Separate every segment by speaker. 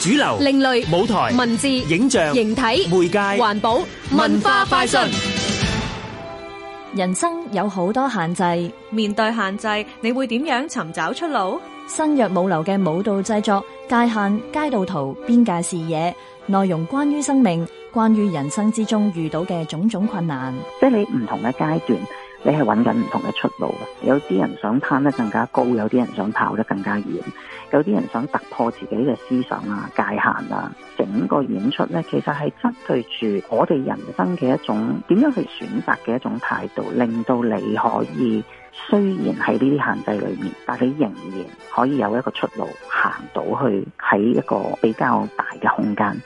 Speaker 1: 主流、
Speaker 2: 另類
Speaker 1: 舞台、
Speaker 2: 文字、
Speaker 1: 影像、
Speaker 2: 形體、
Speaker 1: 媒介、
Speaker 2: 環保、文化快訊。
Speaker 3: 人生有好多限制，
Speaker 4: 面對限制，你會點樣尋找出路？
Speaker 3: 新約舞流嘅舞蹈製作界限、街道圖、邊界視野，內容關於生命，關於人生之中遇到嘅種種困難。
Speaker 5: 即係你唔同嘅階段，你係揾緊唔同嘅出路嘅。有啲人想攀得更加高，有啲人想跑得更加遠，有啲人想突破自己嘅思想啊、界限啊。整個演出呢，其實係針對住我哋人生嘅一種點樣去選擇嘅一種態度，令到你可以。雖然喺呢啲限制裏面，但你仍然可以有一個出路行到去喺一個比較大嘅空間。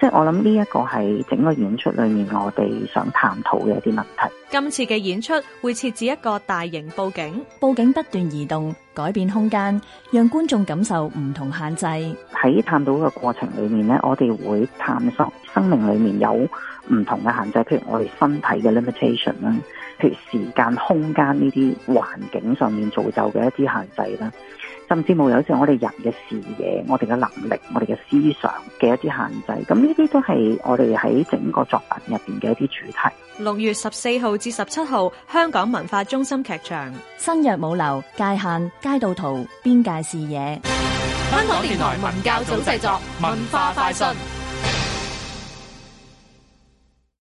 Speaker 5: 即係我諗呢一個係整個演出裏面我哋想探討嘅一啲問題。
Speaker 4: 今次嘅演出會設置一個大型佈景，
Speaker 3: 佈景不斷移動，改變空間，讓觀眾感受唔同限制。
Speaker 5: 喺探討嘅過程裏面呢，我哋會探索生命裏面有唔同嘅限制，譬如我哋身體嘅 limitation 啦，譬如時間、空間呢啲環境上面造就嘅一啲限制啦，甚至冇有時我哋人嘅視野、我哋嘅能力、我哋嘅思想嘅一啲限制，咁呢啲都係我哋喺整個作品入邊嘅一啲主題。
Speaker 4: 六月十四號至十七號，香港文化中心劇場，
Speaker 3: 新約舞流界限街道圖邊界視野。
Speaker 2: 香港電台文教組製作，文化快訊。